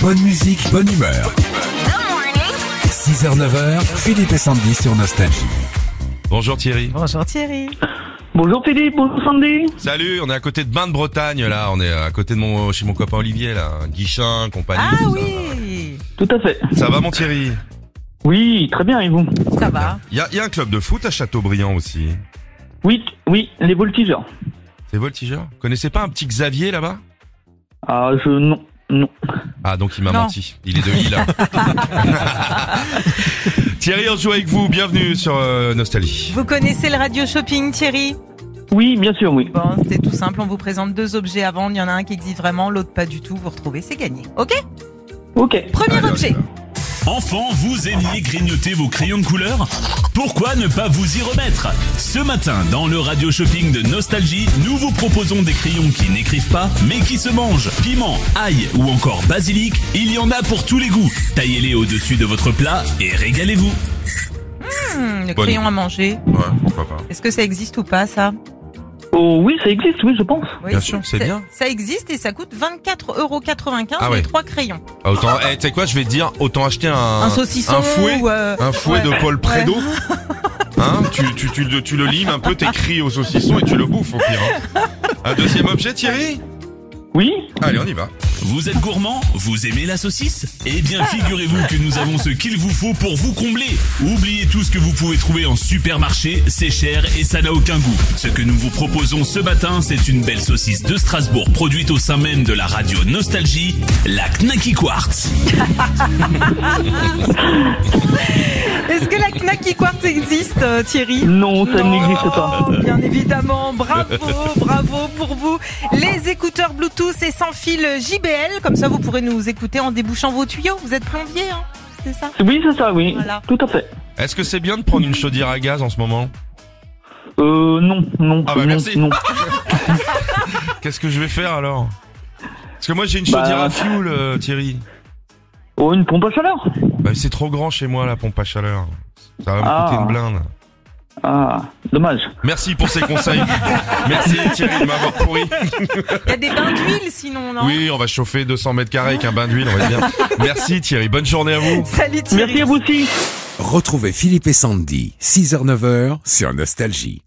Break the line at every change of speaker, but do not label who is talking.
Bonne musique, bonne humeur. 6h, 9h, Philippe et Sandy sur Nostalgie.
Bonjour Thierry.
Bonjour Thierry.
Bonjour Philippe, bonjour Sandy.
Salut, on est à côté de Bain de Bretagne là, on est à côté de mon chez mon copain Olivier là, Guichin, compagnie.
Ah
tout ça.
oui,
Tout à fait.
Ça va mon Thierry
Oui, très bien, et vous
ça va.
Il y a, il y a un club de foot à Châteaubriand aussi.
Oui, oui, les voltigeurs.
C'est voltigeur Connaissez pas un petit Xavier là-bas
Ah, je... Non, non.
Ah donc il m'a
Non.
menti, il est de Lille. hein. Thierry, on joue avec vous, bienvenue sur euh, Nostalgie.
Vous connaissez le radio shopping Thierry
Oui, bien sûr, oui.
Bon, c'était tout simple, on vous présente deux objets à vendre, il y en a un qui existe vraiment, l'autre pas du tout, vous retrouvez, c'est gagné. OK
Ok.
Premier
Allez, on y
objet.
va.
Enfant, vous aimiez grignoter vos crayons de couleur Pourquoi ne pas vous y remettre Ce matin, dans le radio shopping de Nostalgie, nous vous proposons des crayons qui n'écrivent pas, mais qui se mangent. Piment, ail ou encore basilic, il y en a pour tous les goûts. Taillez-les au-dessus de votre plat et régalez-vous.
Hmm, le
Bonne
crayon
idée.
à manger,
Ouais, pourquoi pas.
est-ce que ça existe ou pas ça
Oh oui, ça existe, oui, je pense.
Oui,
Bien sûr, c'est
ça-
bien.
Ça existe et ça coûte 24,95€
Ah
les
ouais.
trois crayons.
Ah, Autant, eh, tu sais quoi, je vais te dire, autant acheter un,
un saucisson
un fouet,
ou... euh,
un fouet
ouais.
de Paul Prédo. Hein, tu, tu, tu, le- tu le limes un peu, t'écris au saucisson et tu le bouffes au pire. hein. Un deuxième objet, Thierry
Oui
Allez, on y va.
Vous êtes gourmand Vous aimez la saucisse Eh bien, figurez-vous que nous avons ce qu'il vous faut pour vous combler. Oubliez tout ce que vous pouvez trouver en supermarché, c'est cher et ça n'a aucun goût. Ce que nous vous proposons ce matin, c'est une belle saucisse de Strasbourg produite au sein même de la radio Nostalgie, la Knacky Quartz.
Est-ce que la Knacky Quartz existe euh, Thierry
Non, ça
Non,
n'existe pas.
Bien évidemment, bravo, bravo pour vous. Les écouteurs Bluetooth et sans fil JBL, comme ça vous pourrez nous écouter en débouchant vos tuyaux. Vous êtes plombier, hein c'est ça
Oui, c'est ça, oui.
Voilà.
Tout à fait.
Est-ce que c'est bien de prendre une chaudière à gaz en ce moment
Euh, non, non,
Ah bah
non,
merci.
non.
Qu'est-ce que je vais faire alors Parce que moi j'ai une chaudière
Bah.
à fioul, euh, Thierry.
Oh, une pompe à chaleur
Bah, c'est trop grand chez moi la pompe à chaleur. Ça va me
Ah.
coûter une blinde.
Ah, dommage.
Merci pour ces conseils. Merci Thierry de m'avoir pourri.
Il y a des bains d'huile sinon, non
Oui, on va chauffer 200 mètres carrés avec un bain d'huile, on va dire. Merci Thierry, bonne journée à vous.
Salut Thierry.
Merci à vous aussi.
Retrouvez Philippe et Sandy, 6h, 9h sur Nostalgie.